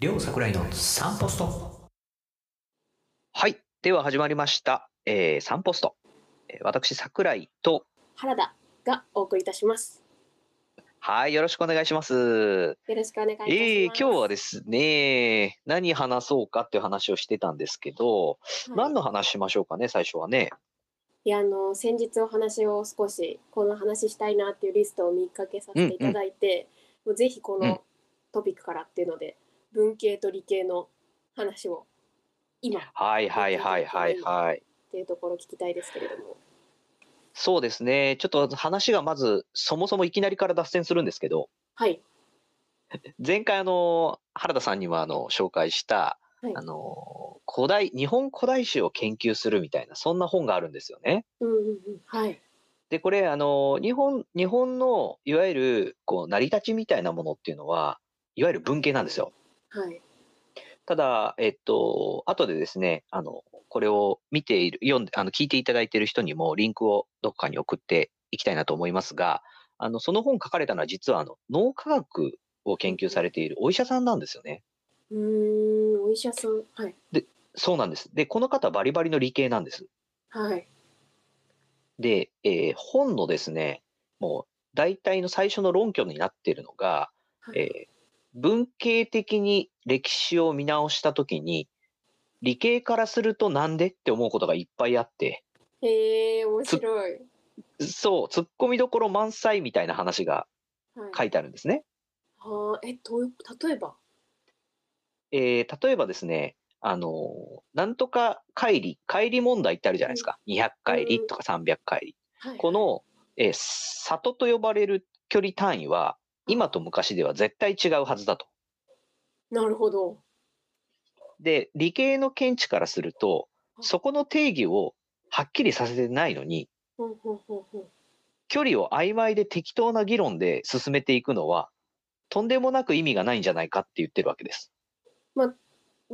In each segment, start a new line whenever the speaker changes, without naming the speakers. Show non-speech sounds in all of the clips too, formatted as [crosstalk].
りょう桜井の3ポスト
はい。では始まりました。えー、サンポスト。えー私、桜井と、
原田がお送りいたします。
はい、よろしくお願いします。
よろしくお願いいたします。
えー、今日はですね、何話そうかっていう話をしてたんですけど、
す、はい、
何の話しましょうかね、最初はね。
いやあの先日お話を少しこの話したいなっていうリストを見かけさせていただいて、もうぜひこ
うん
のトピックからっていうので、文系と理系の話を今っ
はいはいはいはいはい。
ていうところ聞きたいですけれども、
そうですね、ちょっと話がまず、そもそもいきなりから脱線するんですけど、
はい
前回あの、原田さんにもあの、紹介した、
はい
あの、古代、日本古代史を研究するみたいな、そんな本があるんですよね。
うんうんうんはい
で、これ、あの、日本、日本の、いわゆる、こう、成り立ちみたいなものっていうのは、いわゆる文系なんですよ。
はい
ただ、えっと、後でですね、あの、これを見ている、読んで、あの、聞いていただいている人にも、リンクをどっかに送っていきたいなと思いますが、あの、その本書かれたのは、実は、あの、脳科学を研究されているお医者さんなんですよね。
うーんお医者さんはい
そうなんです。で、この方、バリバリの理系なんです。
はい
で、えー本のですね、もう、大体の最初の論拠になっているのが、
はい
えー文系的に歴史を見直したときに、理系からするとなんでって思うことがいっぱいあって、
へえ面白い
そう、突っ込みどころ満載みたいな話が書
はい
いてあるんですね。
はーえどういう例えば
えー例えばですね、あのーなんとか乖離、乖離問題ってあるじゃないですか。200乖離とか300乖離。
はい
この、えー里と呼ばれる距離単位は、今と昔では絶対違うはずだと。
なるほど
で、理系の見地からすると、そこの定義をはっきりさせてないのに、
ほんほんほんほん
距離を曖昧で適当な議論で進めていくのは、とんでもなく意味がないんじゃないかって言ってるわけです。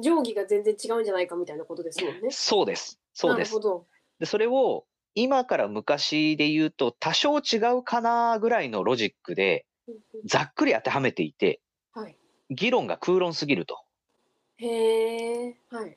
定規が全然違うんじゃないかみたいなことですもんね。
そうです。そうで
なるほ
す。
ど。
で、それを今から昔で言うと多少違うかなぐらいのロジックで
うんうん
ざっくり当てはめていて、
はい。
議論が空論すぎると。
へえ。は
だ
い。
か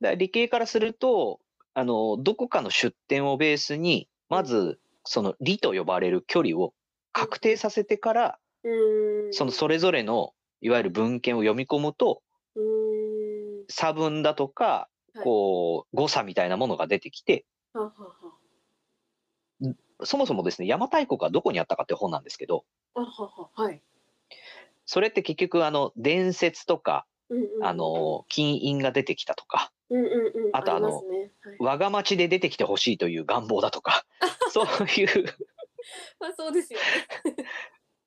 ら理系からすると、あの、どこかの出典をベースに、まず、その理と呼ばれる距離を確定させてから、
うーん。
そのそれぞれの、いわゆる文献を読み込むと、
うーん。
差分だとか
は、い
こう、誤差みたいなものが出てきて、
はあはあ
そもそもですね、邪馬台国はどこにあったかって本なんですけど、
はあ。あはは。はい。
それって結局、あの、伝説とか、
うんうん。
あ。の、金印が出てきたとか、
うんうんうん。
あとあの
りますねはい、
我が町で出てきてほしいという願望だと
[laughs]
か、そういう
まあそうですよね。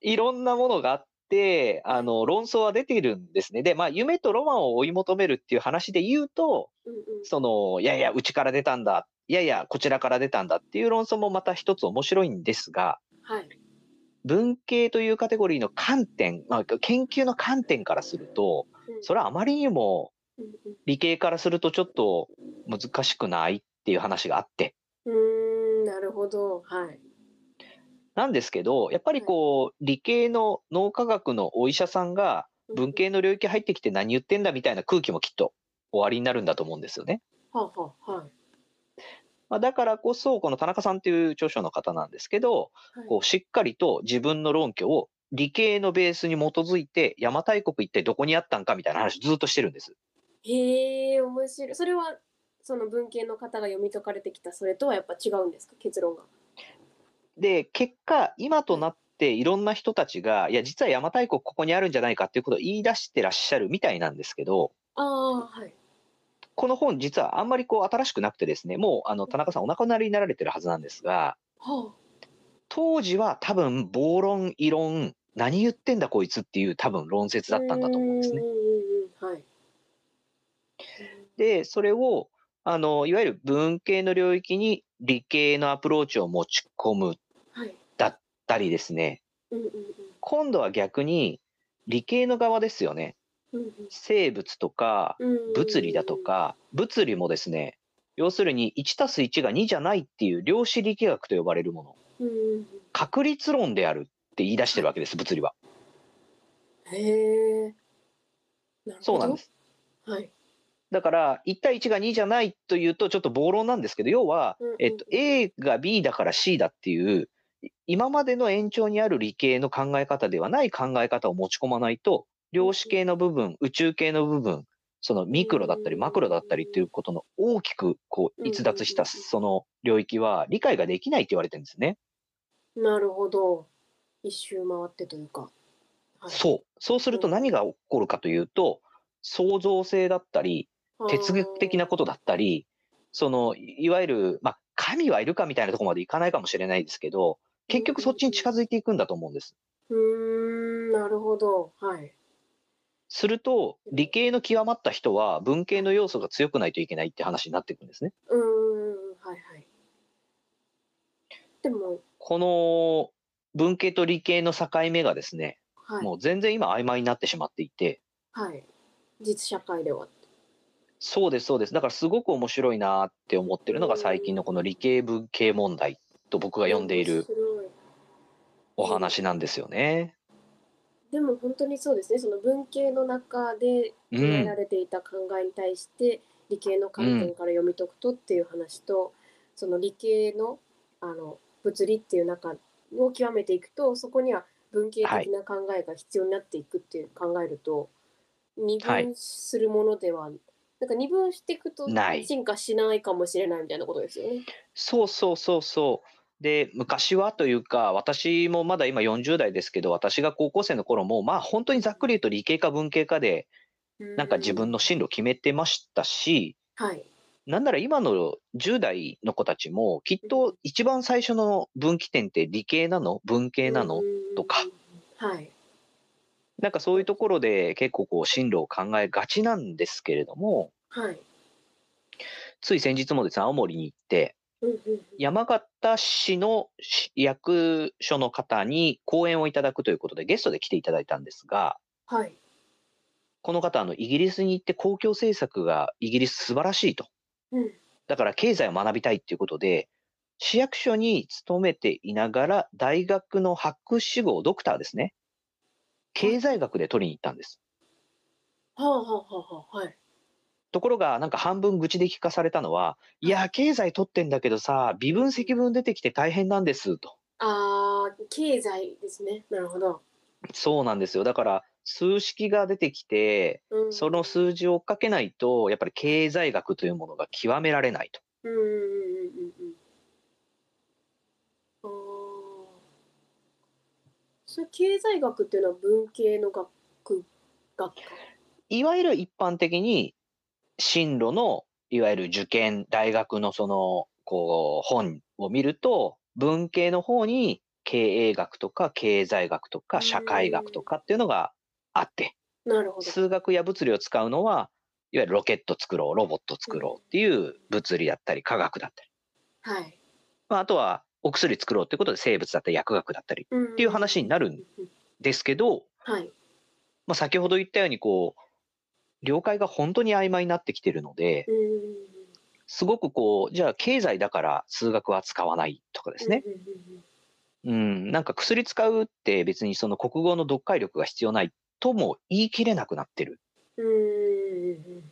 いろんなものがあって、あの、論争は出ているんですね。で、まあ、夢とロマンを追い求めるっていう話で言うと、
うんうん。
その、いやいや、うちから出たんだ。いやいや、こちらから出たんだっていう論争もまた一つ面白いんですが、
はい。
文系というカテゴリーの観点、まあ、研究の観点からすると、そ
れ。
れはあまりにも
うんうん
理系からするとちょっと難しくないっていう話があって、
うーん。なるほど。はい。
なんですけど、やっぱりこう、理系の脳科学のお医者さんが、文。系の領域入ってきて何言ってんだみたいな空気もきっと終わりになるんだと思うんですよね。
はあはあ。はい。
まあ、だからこそ、この田中さんという著書の方なんですけど、
はい
こうしっかりと自分の論拠を理系のベースに基づいて、邪馬台国一体どこにあったんかみたいな話ずっとしてるんです。
へえ。面白い。それは。その文系の方が読み解かれてきたそれとはやっぱ違うんですか結論が。
で、結果、今となっていろんな人たちが、いや、実は邪馬台国ここにあるんじゃないかっていうことを言い出してらっしゃるみたいなんですけど、
ああはい。
この本実はあんまりこう新しくなくてですね、もうあの田中さんお亡くなりになられてるはずなんですが、
は
当時は多分暴論異論何言ってんだこいつっていう多分論説
あ。
だったんだと思うんですね
う。んうんうん。はい。
でそれをあのいわゆる文系の領域に理系のアプローチを持ち込む
はい。
たりですね
うんうん
今度は逆に理系の側ですよね
うん
生物とか
うんうん。
物理だと。か物理もですね要するに1たす1が2じゃないっていう量子力学と呼ばれるもの
うんうんうん。
確率論であるって言い出してるわけです物理は。
へえ。なるほど
そうなんです。
はい。
だから、1対1が2じゃないというと、ちょっと暴論なんですけど、要は
うんうん、
えっと、A が B だから C だっていう、い今までの延長にある理系の考え方ではない考え方を持ち込まないと、量子系の部分、宇宙系の部分、そのミクロだったり
うん
マクロだったりっていうことの大きくこ
う
うん逸脱した
うん
その領域は理解ができないって言われてるんですね。
なるほど。一周回ってというか。はい
そう。そうすると何が起こるかというと、創造性だったり、哲学的なことだったり、その、いいわゆる、まあ、神はいるかみたいなところまでいかないかもしれないですけど、結局そっちに近づいていくんだと思うんです。
うーん、なるほど。はい。
すると、理系の極まった人は文系の要素が強くないといけないって話になっていくんですね。
うーん、はいはい。でも、
この文系と理系の境目がですね、
はい。
もう全然今曖昧になってしまっていて、
はい。実社会では。
そうです、そうです。だからすごく面白いなって思ってるのが最近のこの理系文系問題と僕が読んでい
面
る
白い
お話なんですよね。
でも本当にそうですね。その文系の中で
う
捉え
ん
ら。れていた考えに対して、理系の観点から読み解くとっていう話と、その理系のあの物理っていう中を極めていくとそこには文系的な考えが必要になっていくっていう考えると、二分するものでは、なんか二分していくと
ない
進化しないかもしれないみたいなことですよね。
そうそうそうそう。で、昔はというか、私もまだ今40代ですけど、私が高校生の頃も、まあ本当にざっくり言うと理系か文系かで、なんか自分の進路決めてましたし、
はい。
なんなら今の10代の子たちも、きっと一番最初の分岐点って理系なの文系なのとか
うん。はい。
なんかそういうところで結構こう進路を考えがちなんですけれども、
はい。
つい先日もですね、青森に行って、
うんうんうん
山形市の市役所の方に講演をいただくということでゲストで来ていただいたんですが、
はい。
この方、あの、イギリスに行って公共政策がイギリス素晴らしいと。
うん。
だから経済を学びたいっていうことで、市役所に勤めていながら大学の博士号、ドクターですね。経済学で取りに行ったんです。
はあはあはあはあ。はい。
ところが、なんか半分愚痴で聞かされたのは、いや、経済取ってんだけどさ、微分積分出てきて大変なんです、と。
ああ、経済ですね。なるほど。
そうなんですよ。だから、数式が出てきて、
うん、
その数字を追っかけないと、やっぱり経済学というものが極められないと。
うんうんうんうんうん。ああ。それ経済学っていうのは文系の学学科。
いわゆる一般的に、進路の、いわゆる受験、大学のその、こう、本を見ると、文系の方に経営学とか経済学と
う
か
ん
社会学とかっていうのがあって、
なるほど。
数学や物理を使うのは、いわゆるロケット作ろう、ロボット作ろうっていう物理だったり科学だったり。
はい。
まあ、あとはお薬作ろうということで生物だったり薬学だったり
っ
っていう話になるんですけど、
はい。
まあ、先ほど言ったようにこう了解が本当に曖昧になってきてるので
うんうんうん
すごくこうじゃあ経済だから数学は使わないとかですね、
うんうんうん
うん、なんか薬使うって別にその国語の読解力が必要ないとも言い切れなくなってる
うん。うんうんうん。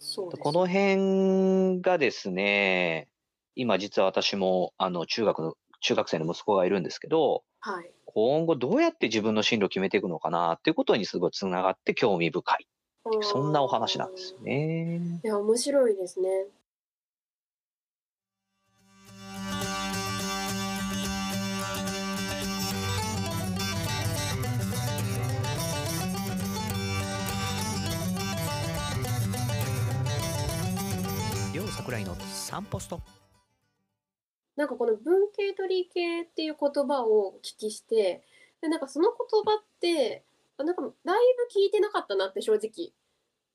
そうです。
この辺がですね今実は私もあの中学の中学生の息子がいるんですけど、
はい。
今後どうやって自分の進路を決めていくのかなっていうことにすごいつながって興味深い。そんなお話なんですよね。
いや、面白いですね。
りょうさくらいの散歩スト
なんかこの文系と理系っていう言葉をお聞きしてでなんかその言葉ってあなんかだいぶ聞いてなかったなって正直、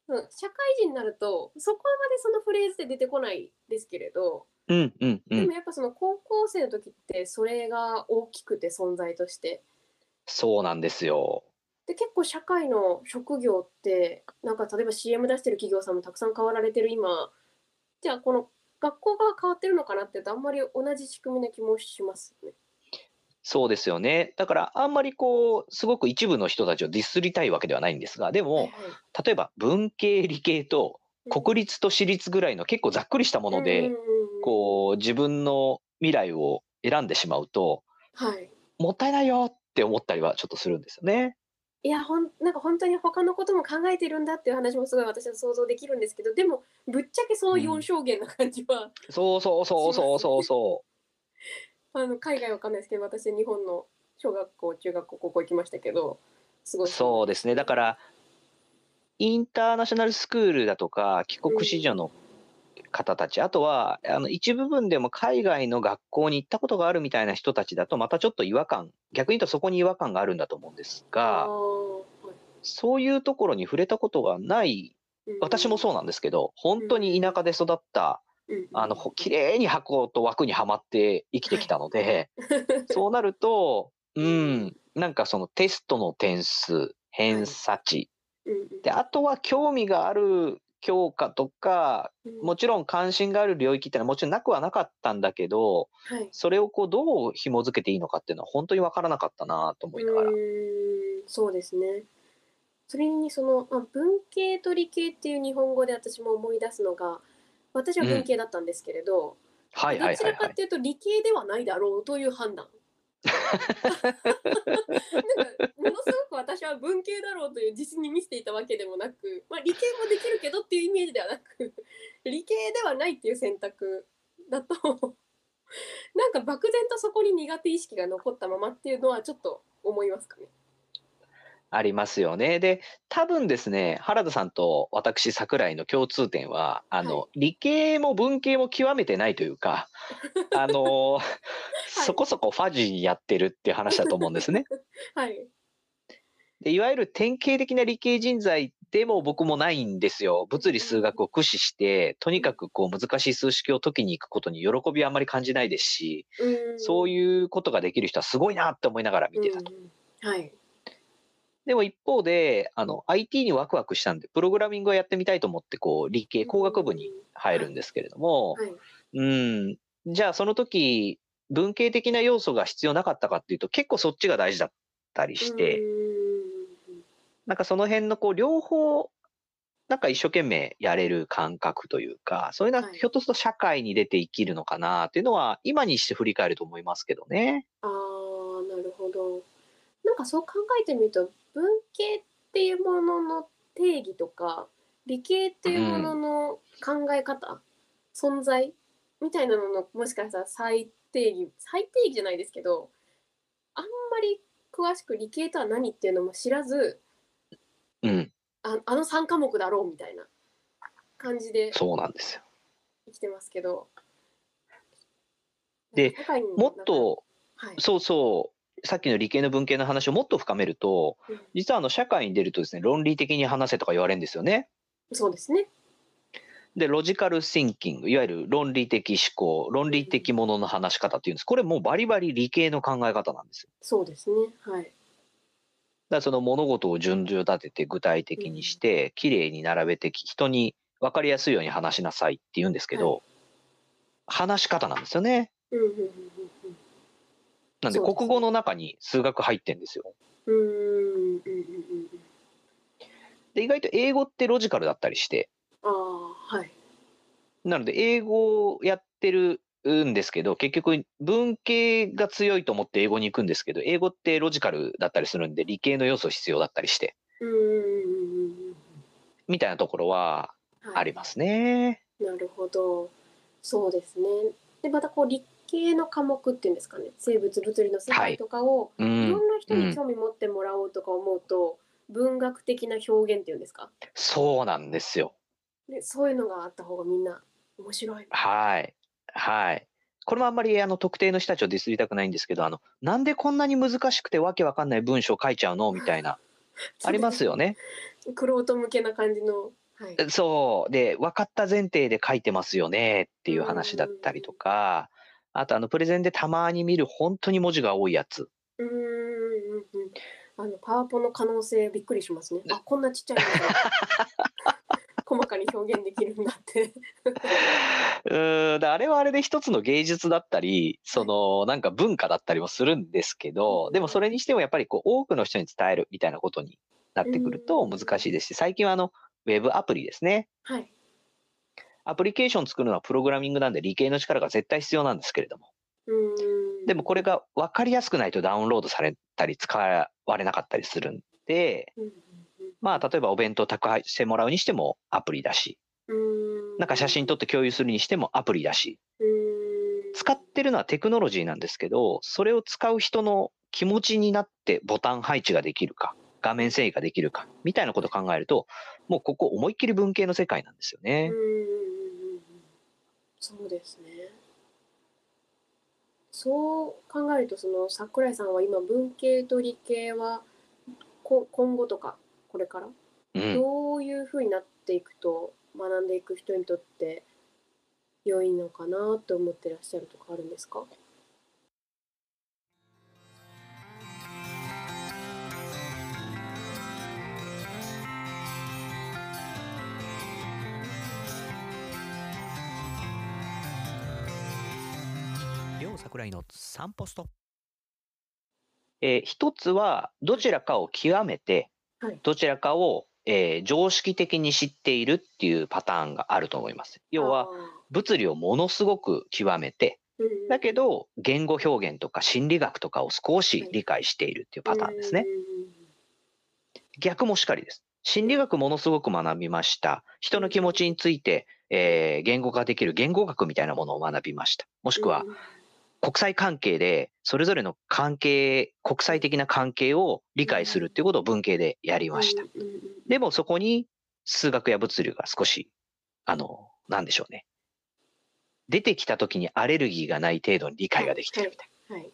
うん、社会人になるとそこまでそのフレーズで出てこないですけれど
うんうんう
で
ん
も。やっぱその高校生の時ってそれが大きくて存在として
そうなんですよ。
で結構社会の職業ってなんか例えば CM 出してる企業さんもたくさん変わられてる今じゃあこの学校が変わってるのかなって言うとあんまり同じ仕組みな気もしますね。
そうですよね。だからあんまりこう、すごく一部の人たちをディスりたいわけではないんですが、で
はい
も、
はい
例えば文系、理系と国立と私立ぐらいの結構ざっくりしたもので、こう、自分の未来を選んでしまうと、
うんはい
もったいないよって思ったりはちょっとするんですよね。
いやほんなんか本当に他のことも考えてるんだっていう話もすごい私は想像できるんですけどでもぶっちゃけその
うん
4証言な感じは、 [laughs]
そうそうそうそうそうそ
あの海外わかんないですけど私日本の小学校中学校高校行きましたけどすご
う。
い
そうですね。だから、インターナショナルスクールだとか、帰国子女の方たち、あとは、あの、一部分でも海外の学校に行ったことがあるみたいな人たちだと、またちょっと違和感、逆に言うとそこに違和感があるんだと思うんです
あー
が、
はい
そういうところに触れたことがない、
うん
私もそうなんですけど、本当に田舎で育った、
うんうん
あの、ほ綺麗に箱と枠にはまって生きてきたの
[laughs]
で、そうなると、うん、なんかそのテストの点数、偏差値、
うん
で、あとは興味がある教科とか、
うん
もちろん関心がある領域ってのはもちろんなくはなかったんだけど、
はい
それをこうどう紐づけていいのかっていうのは本当にわからなかったなと思いながら
う。ーんそうですねそれにその、まあ、文系と理系っていう日本語で私も思い出すのが私は文系だったんですけれど、
はいは
ど
い
ち
はい
らか
はい
っ。ていうと理系ではないだろうという判断なんかものすごく私は文系だろうという自信に満ちていたわけでもなく、まあ、理系もできるけどっていうイメージではなく理系ではないっていう選択だと [laughs] なんか漠然とそこに苦手意識が残ったままっていうのはちょっと思いますかね。
ありますよね。で、多分ですね、原田さんと私、桜井の共通点は、あの、
は
理系も文系も極めてないというか、あ
[laughs]
の、そこそこファジーにやってるっていう話だと思うんですね。
はい、
でいわゆる典型的な理系人材でも僕もないんですよ。物理数学を駆使して、とにかくこう難しい数式を解きに行くことに喜びはあまり感じないですし、そう
い
いうことができる人はすごいなって思いながら見てた。
うんうん、はい
でも一方で、あの、IT にワクワクしたんで、プログラミングをやってみたいと思って、こう、理系工学部に入るんですけれども、
はい
うん、じゃあその時、文系的な要素が必要なかったかっていうと、結構そっちが大事だったりして、
うん
なんかその辺のこう両方、なんか一生懸命やれる感覚というか、そういうのは
はい
ひょっとすると社会に出て生きるのかなっていうのは、今にして振り返ると思いますけどね。
あーなるほどなんかそう考えてみると文系っていうものの定義とか理系っていうものの考え方、存在みたいなののもしかしたら最定義最定義じゃないですけどあんまり詳しく理系とは何っていうのも知らず
うん、
ああの3科目だろうみたいな感じで
そうなんですよ。
生きてますけど。
で
社会に
もっと、
はい、
そうそう、さっきの理系の文系の話をもっと深めると、
うん
実はあの社会に出るとですね、論理的に話せとか言われるんですよね。
そうですね。
で、ロジカルシンキング、いわゆる論理的思考、論理的ものの話し方っていうんです。これもうバリバリ理系の考え方なんですよ
そうですね。はい。
だからその物事を順序立てて具体的にして、綺麗に並べてき人に分かりやすいように話しなさいって言うんですけど、話し方なんですよね。
うんうん
なんで
そうです
国語の中に数学入ってんですよ。
うんうん。うーんうんうんうんうん。
で意外と英語ってロジカルだったりして
ああはい。
なので英語をやってるんですけど結局文系が強いと思って英語に行くんですけど英語ってロジカルだったりするんで理系の要素必要だったりして
うんうんうんうん
みたいなところは
うん。
ありますね。
す。なるほど。そうですね。でまたこう理系の科目っていうんですかね。生物物理の世界とかを、
う
い、ろ
ん、
んな人に興味持ってもらおうとか思うと、文学的な表現っていうんですか。
そうなんですよ。
でそういうのがあった方がみんな面白い。
はい。はい。これもあんまりあの特定の人たちをディスりたくないんですけど、あの、なんでこんなに難しくてわけわかんない文章書いちゃうのみたいな、あります
よ。
よね。
クロート向けな感じの。はい。
そう。で、分かった前提で書いてますよねっていう話だったりとか、あとあの、プレゼンでたまに見る本当に文字が多いやつ。
うーんうんうんあのパワポの可能性びっくりしますね。あこんなちっちゃいのが [laughs] 細かに表現できるんだって。
[laughs] うーんだあれはあれで一つの芸術だったり、そのなんか文化だったりもするんですけど、でもそれにしてもやっぱりこう多くの人に伝えるみたいなことになってくると
うん
難しいですし、最近はあのウェブアプリですね。
はい。
アプリケーション作るのはプログラミングなんで理系の力が絶対必要なんですけれども、
うん。
でもこれが分かりやすくないとダウンロードされたり使われなかったりするんで、
うん、
まあ例えばお弁当宅配してもらうにしてもアプリだし、
うん、
なんか写真撮って共有するにしてもアプリだし、
うん
使ってるのはテクノロジーなんですけど、それを使う人の気持ちになってボタン配置ができるか、画面整理ができるか、みたいなことを考えると、もうここ思いっきり文系の世界なんですよ
うん
ね
う。んうんうんうんそうですね。そう考えるとその桜井さんは今文系と理系はこ今後とかこれから
うん。
どういうふうになっていくと学んでいく人にとって良いのかなと思ってらっしゃるとかあるんですか
りょうさくらいの散歩スト
えー一つは、どちらかを極めて
はい、
どちらかを、えー常識的に知っているっていうパターンがあると思います。要は、物理をものすごく極めて、だけ
ど
ど、言語表現とか心理学とかを少し理解しているっていうパターンですね。。逆もしかりです。心理学ものすごく学びました。人の気持ちについて、えー言語化できる言語学みたいなものを学びました。もしくは国際関係でそれぞれの関係、国際的な関係を理解するっていうことを文系でやり
い
ました。。
うんうんうん
でもそこに数学や物理が少し、あの、なんでしょうね。出てきた時にアレルギーがない程度に理解ができてるみたいな。
はい、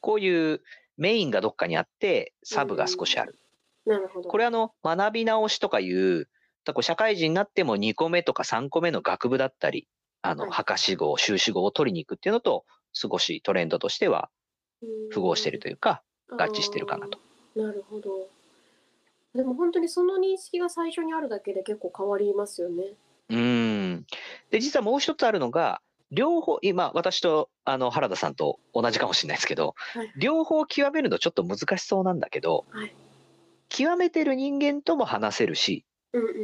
こういうメインがどっかにあって、サブが少しある。
なるほど。
これあの学び直しとかいう、だからこう社会人になっても2個目とか3個目の学部だったり、あ
は
の
い
博士号、修士号を取りに行くっていうのと、少しトレンドとしては符合しているというか、合致してるかなと
あー。なるほど。でも本当にその認識が最初にあるだけで結構変わりますよね。
うーん。で、実はもう一つあるのが、両方、今、私とあの原田さんと同じかもしれないですけど
はい、
両方極めるのちょっと難しそうなんだけど
はい、
極めてる人間とも話せるし、
うんうんうん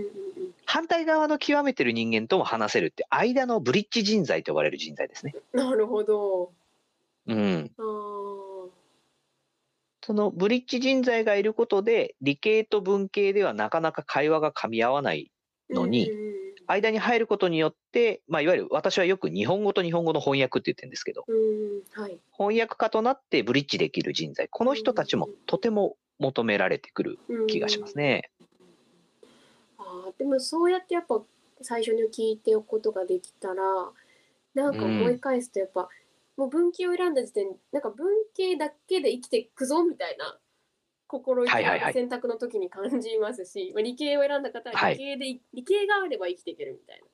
反対側の極めてる人間とも話せるって、間のブリッジ人材と呼ばれる人材ですね。
うん。なるほど。
うん。
あー
そのブリッジ人材がいることで、理系と文系ではなかなか会話が噛み合わない。のに
うんうん
間に入ることによって、まあ、いわゆる私はよく日本語と日本語の翻訳って言ってるんですけど、
うん、うんはい。
翻訳家となってブリッジできる人材、この人たちもとても求められてくる気がします
ね。
ね。
あーでもそうやってやっぱ最初に聞いておくことができたらなんか思い返すとやっぱ、もう文系を選んだ時点でなんか文系だけで生きていくぞみたいな心意気
はいはいは
を
い
選択の時に感じますし、まあ、理系を選んだ方
は
はい理系で、理系があれば生きていけるみたいな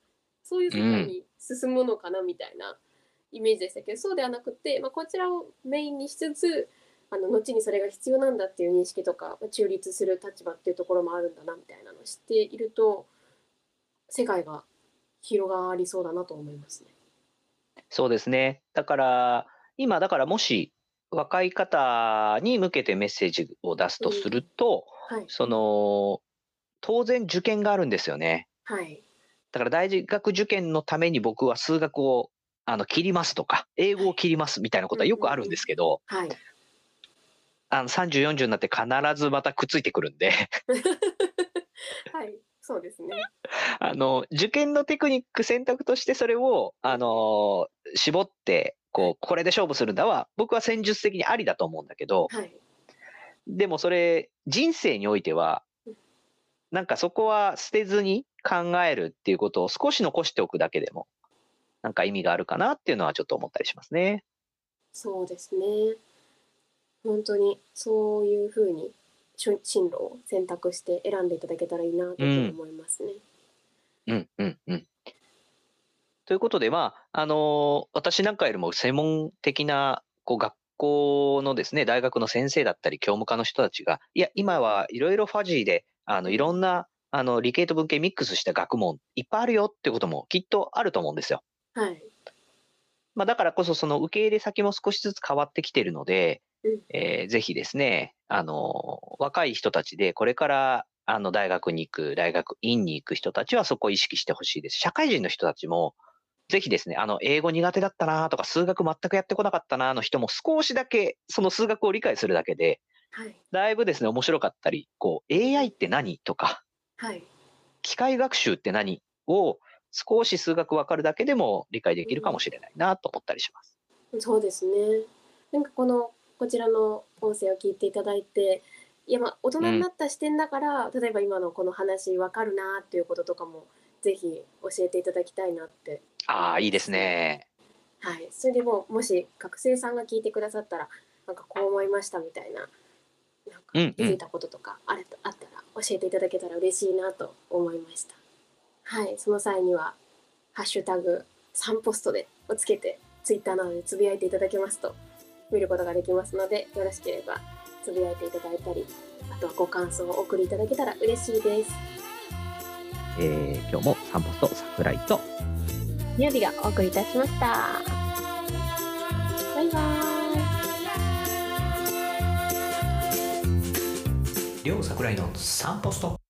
そういう世界に進むのかなみたいなイメージでしたけど、そうではなくて、まあ、こちらをメインにしつつあの後にそれが必要なんだっていう認識とかまあ中立する立場っていうところもあるんだなみたいなのを知っていると世界が広がりそうだなと思いますね。
そうですね。だから、今、だからもし若い方に向けてメッセージを出すとすると、
はい、
その、当然受験があるんですよね。
はい、
だから大学受験のために僕は数学をあの切りますとか、英語を切りますみたいなことはよくあるんですけど、
はい、 [laughs]
あの30、40になって必ずまたくっついてくるんで、 [laughs]
はい、そうですね。
あの、受験のテクニック選択としてそれを、あの、絞って、こう、これで勝負するんだは、僕は戦術的にありだと思うんだけど、
はい、
でもそれ、人生においては、なんかそこは捨てずに考えるっていうことを少し残しておくだけでも、なんか意味があるかなっていうのはちょっと思ったりしますね。
そうですね。本当にそういうふうにしょ進路を選択して選んでいただけたらいいなというふうに思いますね。
うんうんうん。ということで、まあ、あのー私なんかよりも専門的な、こう、学校のですね、大学の先生だったり、教務課の人たちが、いや、今はいろいろファジーで、あの、いろんな、あの、理系と文系ミックスした学問、いっぱいあるよってこともきっとあると思うんですよ。
はい。
まあ、だからこそ、その受け入れ先も少しずつ変わってきているので
うん、
えーぜひですね、あの、若い人たちで、これから、あの、大学に行く、大学院に行く人たちはそこを意識してほしいです。社会人の人たちも、ぜひですね、あの、英語苦手だったなとか、数学全くやってこなかったなの人も少しだけ、その数学を理解するだけで、
はい。
だいぶですね、面白かったり、こう、AI って何とか、 [laughs]
はい。
機械学習って何を少し数学わかるだけでも理解できるかもしれないなと思ったりします。
そうですね。なんかこのこちらの音声を聞いていただいて、いやまあ大人になった視点だから、例えば今のこの話わかるなっていうこととかもぜひ教えていただきたいなって。
ああ、いいですね。
はい。それでもうもし学生さんが聞いてくださったら、なんかこう思いましたみたいな。なんか
うん
気
う
づい
ん。
たこととかあれあったら教えていただけたら嬉しいなと思いましたはいその際には「ハッシュタグサンポストで」をつけてツイッターなどでつぶやいていただけますと見ることができますのでよろしければつぶやいていただいたりあとはご感想をお送りいただけたら嬉しいです
えー今日も散歩と桜井と
みやびがお送りいたしましたバイバーイ
りょう桜井の散歩ストップ